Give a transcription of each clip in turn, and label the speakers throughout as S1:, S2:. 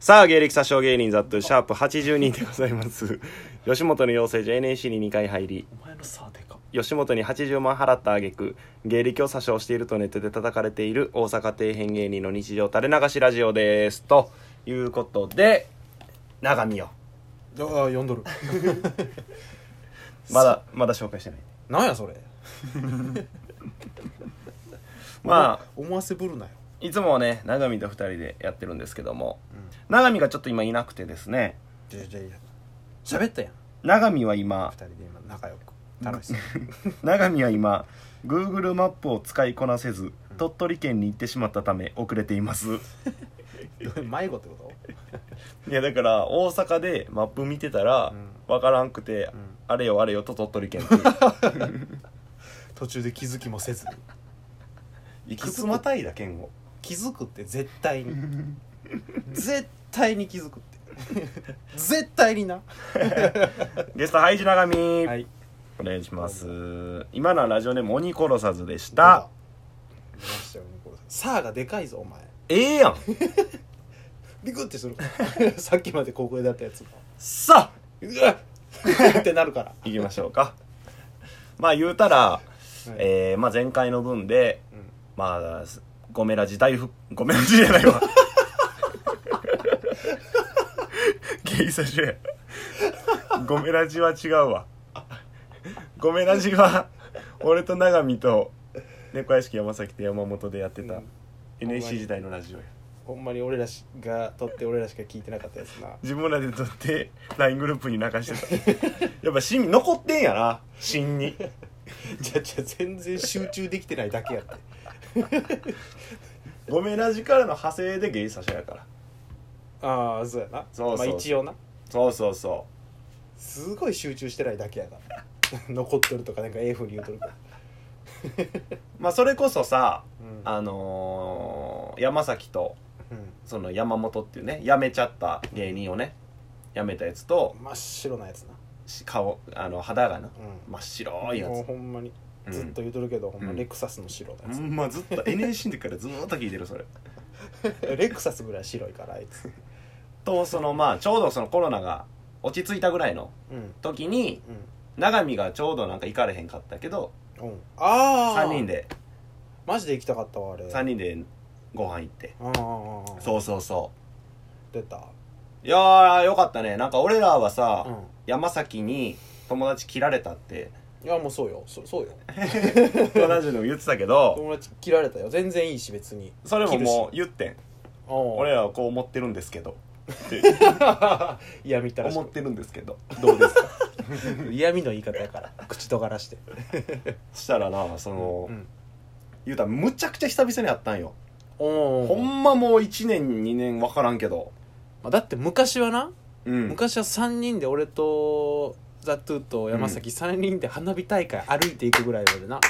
S1: さあ、芸歴詐称芸人ザットシャープ82でございます。吉本の養成所 NAC に2回入り、
S2: お前のさでか
S1: 吉本に80万払った挙句、芸歴を詐称しているとネットで叩かれている大阪底辺芸人の日常垂れ流しラジオです。ということで、長見よ。
S2: ああ読ん どる
S1: まだ、まだ紹介してない。
S2: なんやそれ
S1: まあ、
S2: 思わせぶるなよ
S1: いつもね、長見と2人でやってるんですけども、
S2: うん
S1: 長見がちょっと今いなくてですね、
S2: じゃじゃいや喋ったやん
S1: 長見は今
S2: 二、人で今仲良く楽しそう
S1: 長見は今 Google マップを使いこなせず鳥取県に行ってしまったため遅れています
S2: ど ういう迷子ってこ
S1: いやだから大阪でマップ見てたら
S2: うん
S1: 分からんくて、
S2: うん
S1: あれよあれよと鳥取 県っていう
S2: と途中で気づきもせ ずに
S1: いくつまたいだ県を
S2: 気づくって絶対 に絶対に気づくって絶対にな
S1: ゲストハイジ長見、
S2: はい
S1: お願いします今のはラジオネーム鬼殺さずでし
S2: だ
S1: た
S2: さあがでかいぞお前
S1: ええやん
S2: ビクって するさっきまで高校だったやつが
S1: さあ
S2: うわ っってなるから、
S1: 行きましょうかまあ言うたら、
S2: はい
S1: えーまあ、前回の分で
S2: うん
S1: まあゴメラ自体復ゴメラ自じゃない わゲイサジュやゴメラジは違うわゴメラジは俺と永見と猫屋敷山崎と山本でやって
S2: う
S1: た
S2: ん
S1: NSC 時代のラジオや
S2: ほんまに俺らしが撮って俺らしか聞いてなかったやつな
S1: 自分らで撮って LINE グループに流してたやっぱ芯残ってんやな芯に
S2: じゃじゃ全然集中できてないだけやって
S1: ゴメラジからの派生でゲイサジュやから
S2: ああそうやな
S1: そうそう
S2: まあ、一応な
S1: そうそうそ
S2: すごい集中してないだけやな 残っとるとかなんかええふうに言うとるから
S1: うまあそれこそさ
S2: うん
S1: あのー山崎と
S2: うん
S1: その山本っていうね辞めちゃった芸人をね辞めたやつと
S2: 真っ白なやつな
S1: し顔あの肌がな
S2: う
S1: 真っ白い
S2: ん
S1: や
S2: もう
S1: つ
S2: ほんまに
S1: うん
S2: ずっと言うとるけど、ほんま
S1: うん
S2: レクサスの白のやつ、
S1: ほんまずっと NSC の時からず ーっと聞いてるそれ
S2: レクサスぐらい白いからあいつ
S1: とそのまあちょうどそのコロナが落ち着いたぐらいの
S2: うん
S1: 時に
S2: う
S1: 永見がちょうどなんか行かれへんかったけど
S2: ん、うん、ああ
S1: 3人で
S2: マジで行きたかったわあれ
S1: 3人でご飯行って
S2: ああ
S1: そううそうそ
S2: 出た
S1: ういやーよかったねなんか俺らはさ、
S2: うん
S1: 山崎に友達切られたって
S2: いやもうそうよそそうよ
S1: 同じの言ってたけど
S2: 友達切られたよ全然いいし別に
S1: それももう言ってん
S2: 俺
S1: 俺らはこう思ってるんですけど
S2: 嫌みたらし
S1: 思っ
S2: く
S1: てるんですけどどうですか
S2: 嫌味の言い方やから口尖らして
S1: そしたらなその、
S2: うん
S1: 言うたらむちゃくちゃ久々に会ったんよ、
S2: おー
S1: ほんまもう1年2年分からんけど
S2: まあだって昔はな、
S1: うん
S2: 昔は3人で俺とザ・トゥーと山崎3人で花火大会歩いていくぐらいまでな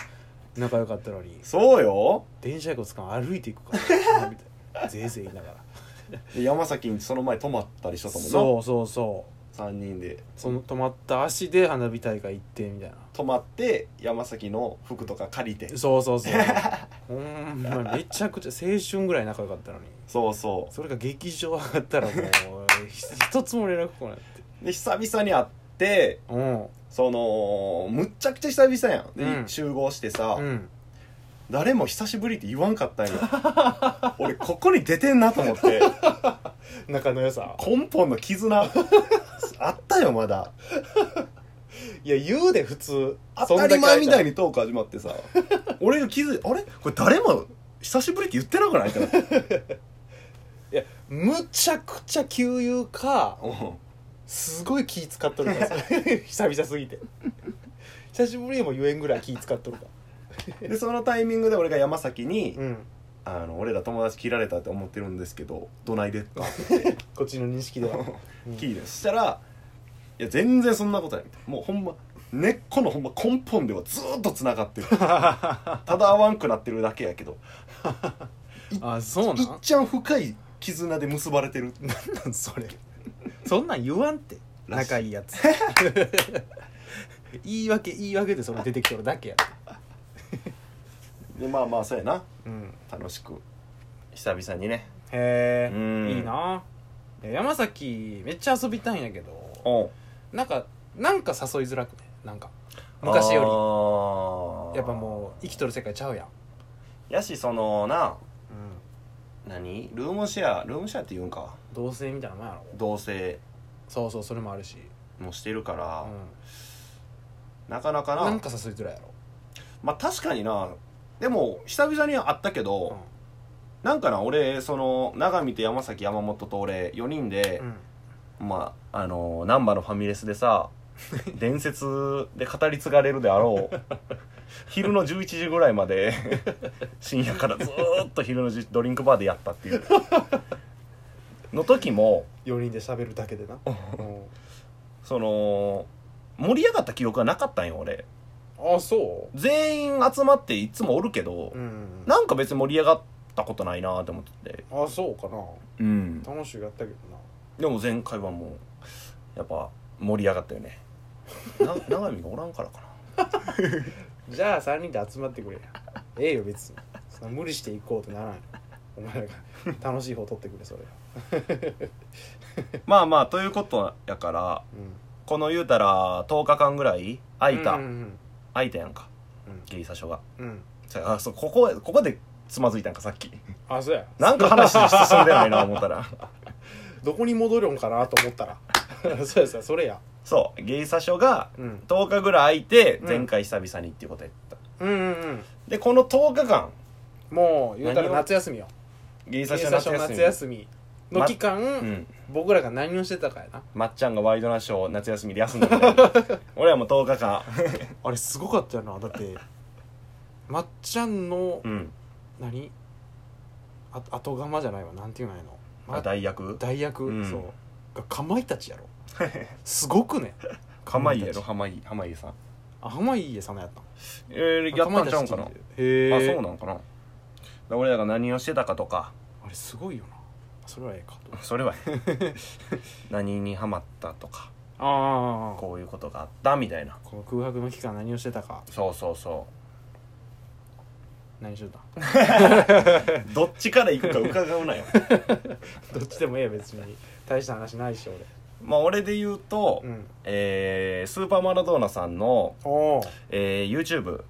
S2: 仲良かったのに
S1: そうよ
S2: 電車を使う歩いていくから花火大会ぜいぜい言いなが ら
S1: で山崎にその前泊まったりしとったもんな
S2: そうそうそう
S1: 3人で
S2: その止まった足で花火大会行ってみたいな
S1: 泊まって山崎の服とか借りて
S2: そうそうそう ほんまめちゃくちゃ青春ぐらい仲良かったのに
S1: そうそ
S2: それが劇場上がったらもうひ一つも連絡来ないって
S1: うで久々に会って
S2: うん
S1: そのむっちゃくちゃ久々やんで、
S2: うん
S1: 集合してさ、
S2: うん
S1: 誰も久しぶりって言わんかったんよ 俺ここに出てんなと思って
S2: 仲の良さ
S1: 根本の絆あったよまだ
S2: いや言うで普通
S1: 当たり前みたい
S2: に
S1: にトーク始まってさ俺が気づいあれこれ誰も久しぶりって言ってなくないってなって
S2: いやむちゃくちゃ給油か
S1: うん
S2: すごい気使っとるから さ久々すぎて久しぶりにも言えんぐらい気使っとるか
S1: でそのタイミングで俺が山崎に「
S2: らうん
S1: あの俺ら友達切られたって思ってるんですけどどないで?」って言って
S2: こっちの認識では、うん
S1: 聞いてそしたら「いや全然そんなことない」みたいなもうほんま根っこのほんま根本ではずーっとつながってる ただ合わんくなってるだけやけど
S2: あそう
S1: いっちゃん深い絆で結ばれてる
S2: なんそれそんなん言わんって
S1: らしい
S2: 仲いいやつ 言い訳言い訳でそれ出てきてるだけや
S1: でまあまあそうやな
S2: うん
S1: 楽しく久々にね
S2: へ
S1: うん
S2: えいいないや山崎めっちゃ遊びたいんやけど
S1: おう
S2: なんかなんか誘いづらくねなんか昔よ
S1: よ
S2: りやっぱもう生きとる世界ちゃうやん、
S1: うやしそのな
S2: う
S1: 何ルームシェアルームシェアって言うんか
S2: ん、同性みたいなもんやろ
S1: 同棲
S2: そうそうそれもあるし、
S1: もしてるから、
S2: う
S1: なかなか
S2: ん、
S1: な
S2: なんか誘いづらいやろ、
S1: まあ確かになでも久々に会ったけど、なんかな俺その長見と山崎山本と俺4人で
S2: う、ん、
S1: まああの難波のファミレスで さ伝説で語り継がれるであろう昼の11時ぐらいまで深夜からずーっと昼のじドリンクバーでやったっていうの時も
S2: 4人で喋るだけでなうん
S1: その盛り上がった記憶はなかったんよ俺
S2: あそ
S1: 全員集まっていつもおるけど、
S2: ううん
S1: なんか別に盛り上がったことないなと思ってて
S2: あそうかな
S1: うん
S2: 楽しいやったけどな
S1: でも前回はもうやっぱ盛り上がったよねな長見がおらんからかな
S2: じゃあ3人で集まってくれや ええよ別にそんな無理していこうとならんお前らが楽しい方取ってくれそれは
S1: まあまあということやから
S2: うん
S1: この言うたら10日間ぐらい空いた、
S2: うんうん
S1: 空いたやんか
S2: うん
S1: ゲイサ所が
S2: うん、うん、
S1: そやあそうここここでつまずいたんかさっき
S2: あそうや
S1: なんか話進んでないな思ったら
S2: どこに戻るんかなと思ったら そうやそうやそれや
S1: そうゲイサ所が
S2: うん
S1: 10日ぐらい空いて
S2: うん
S1: 前回久々にっていうことやった、
S2: うんうんうん
S1: でこの10日間
S2: もう言うたら
S1: 何を
S2: 夏休みよ
S1: ゲイサ
S2: 警
S1: 所
S2: 察署
S1: 夏休
S2: 夏
S1: み
S2: 休みの期間、
S1: うん
S2: 僕らが何をしてたかやな
S1: まっちゃんがワイドナショー夏休みで休んだみ たいな俺はもう10日間
S2: あれすごかったよなだって まっちゃんの
S1: うん
S2: 何あ後釜じゃないわなんていうのやの、ま
S1: あ代役
S2: 代役、
S1: うん
S2: そうがかまいたち やろすごくね
S1: 濱家やろ濱家濱家さん
S2: あ濱家さんのやったん
S1: えー、やったんちゃうんかな
S2: かまいたちっていうへえ
S1: あそうなんかなだから俺らが何をしてたかとか
S2: あれすごいよなそれはええかと
S1: そ れは何にハマったとか
S2: ああ
S1: こういうことがあったみたいな
S2: この空白の期間何をしてたか
S1: そうそうそ
S2: 何してた
S1: うどっちから行くか伺うな よ
S2: どっちでもええよ別に大した話ないし俺
S1: まあ俺で言うと、
S2: うん
S1: えースーパーマラドーナさんの、
S2: おお
S1: えー YouTube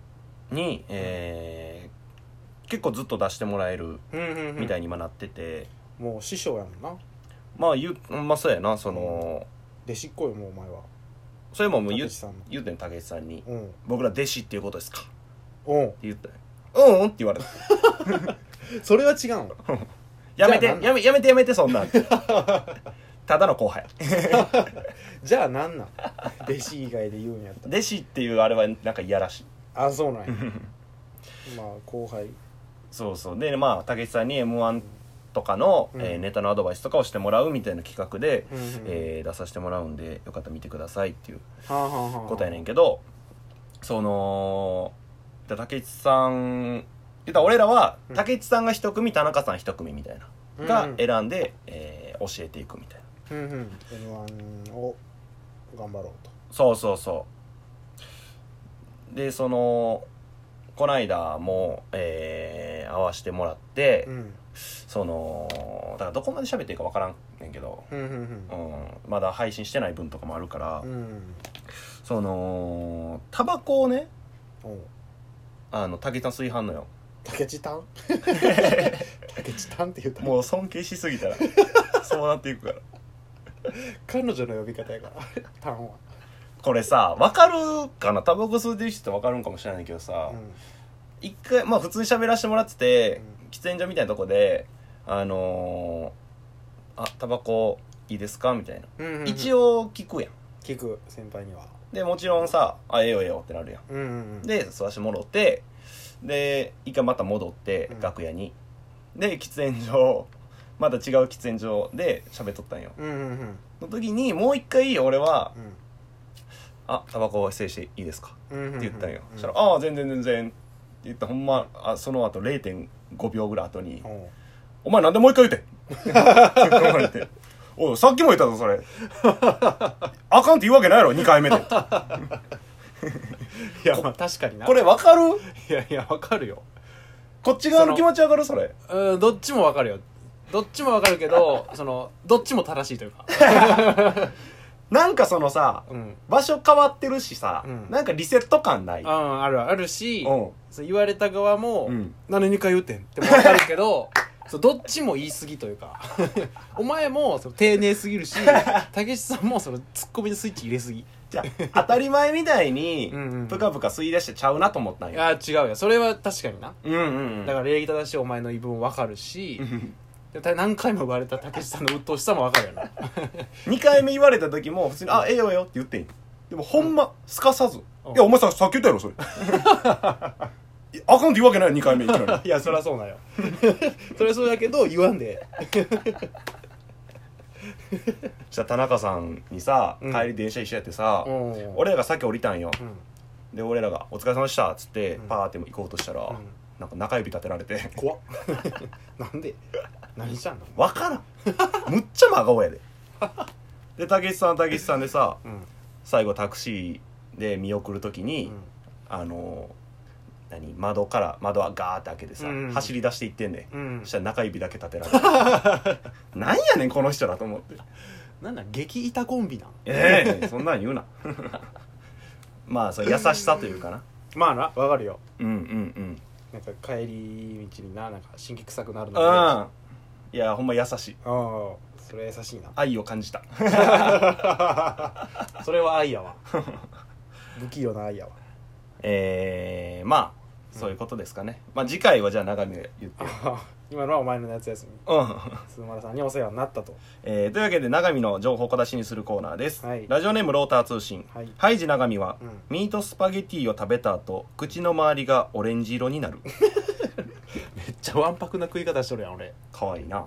S1: に、えー結構ずっと出してもらえる
S2: うんうん、うん、
S1: みたいに今なってて、
S2: もう師匠やもんな
S1: まあ言うまあそうやなその、
S2: 弟子っこいよもうお前は
S1: それももう言
S2: 武
S1: う
S2: さんの
S1: 言うてん武井さんに
S2: うん
S1: 「僕ら弟子っていうことですか?」って
S2: うん
S1: 言ったようんうん」って言われた
S2: それは違うん
S1: 「やめて
S2: じゃあなん
S1: やめやめてやめてそん なん」ただの後輩
S2: じゃあなん なん弟子以外で言うんやったら
S1: 弟子っていうあれはなんかいやらしい
S2: あそう なんやまあ後輩
S1: そうそうでまあ武井さんに m 1とかの、
S2: うん
S1: えーネタのアドバイスとかをしてもらうみたいな企画で、
S2: うんうん
S1: えー出させてもらうんでよかったら見てくださいっていう
S2: はあはあはあ
S1: ことやねんけどそのじゃあ武井さん言ったら俺らは
S2: うん
S1: 武井さんが一組田中さん一組みたいなが選んで、えー教えていくみたいな
S2: うんうん m 1を頑張ろうと
S1: そうそうそうでそのこないだも、えー会わしてもらって、
S2: うん
S1: そのだからどこまで喋っていいかわからんねんけど、
S2: うんうん
S1: うん、まだ配信してない分とかもあるから、
S2: うんうん
S1: そのタバコをね
S2: おう
S1: あの武井さん炊飯のよ
S2: 竹地 タン竹地タンって言ったら
S1: もう尊敬しすぎたら そうなっていくから
S2: 彼女の呼び方やからタンは
S1: これさわかるかなタバコ吸うてる人ってわかるんかもしれないけどさ、
S2: うん
S1: 一回まあ普通に喋らせてもらってて、
S2: うん
S1: 喫煙所みたいなとこであのー「あタバコいいですか?」みたいな、
S2: うんうんうん
S1: 一応聞くやん
S2: 聞く先輩には
S1: でもちろんさ「あええよええよ」ってなるやん
S2: うんうんうん
S1: で吸わしてもろってで一回また戻って、
S2: うん
S1: 楽屋にで喫煙所また違う喫煙所で喋っとったんよ
S2: うんうんうん
S1: の時にもう一回俺は
S2: うん
S1: 「あタバコは失礼していいですか?」
S2: うんうんう
S1: って言ったんよ、そしたら「
S2: あ
S1: ああ全然全然」って言ったほんまあその後0.5秒ぐらい後に「お前なんでもう一回言うて突っ込まれて。 おい、さっきも言ったぞ、それ。あかんって言うわけないやろ、2回目で。
S2: いやまあ確かに な
S1: これわかる
S2: いやいやわかるよ
S1: こっち側の気持ちわかるそれ。
S2: うんどっちもわかるよどっちもわかるけどそのどっちも正しいというか
S1: なんかそのさ
S2: うん
S1: 場所変わってるしさ、
S2: うん
S1: なんかリセット感ない
S2: うんあるあるし
S1: うん
S2: そう言われた側も
S1: うん
S2: 「何にか言うてん」ってもわかるけど そうどっちも言い過ぎというか お前もその丁寧すぎ るしたけしさんもそのツッコミのスイッチ入れすぎ
S1: じゃあ当たり前みたいに
S2: うんうん
S1: ぷかぷか吸い出してちゃうなと思ったんや
S2: ああ違うよそれは確かにな
S1: うんうんうん
S2: だから礼儀正しいお前の言い分もわかるし でも何回も言われたたけしさんの鬱陶しさもわかるよな
S1: 2回目言われた時も普通に「あええよええよ」って言ってんでもほんますかさず「いやお前ささっき言ったやろそ れ」いやあかんって言うわけないよ2回目いきなり
S2: いやそりゃそうなんよ そりゃそうだけど言わんで
S1: じゃあ田中さんにさ
S2: うん
S1: 帰り電車一緒やってさ、
S2: ん
S1: 俺らがさっき降りたんよ、
S2: うん
S1: で俺らが「お疲れ様でした」っつって
S2: うん
S1: パーって行こうとしたら、
S2: うん
S1: なんか中指立てられて
S2: 怖っ なんで何じゃんの
S1: わからん むっちゃ真顔やででたけしさんはたけしさんでさ
S2: うん
S1: 最後タクシーで見送る時に、
S2: うん
S1: あの何窓から窓はガーって開けてさ、
S2: うん
S1: 走り出していってんね、
S2: うん
S1: そしたら中指だけ立てられ てなんやねんこの人らと思って
S2: なんだ激イタコンビなん
S1: ええそんなん言うな まあそれ優しさというかな
S2: まあなわかるよ
S1: うんうんうん
S2: なんか帰り道にななんか神経臭くなるの
S1: うんいやほんま優しい
S2: あそれ優しいな
S1: 愛を感じた
S2: それは愛やわ不器用な愛やわ
S1: ええまあそういうことですかね、まあ次回はじゃあ長め言って
S2: 今のはお前の夏休み
S1: うん
S2: 鈴丸さんにお世話になったと
S1: えーというわけで長見の情報を小出しにするコーナーです、
S2: はい
S1: ラジオネームローター通信
S2: はい
S1: ハイジ長見は、
S2: うん
S1: ミートスパゲティを食べた後口の周りがオレンジ色になる
S2: めっちゃわんぱくな食い方しとるやん俺
S1: かわいいな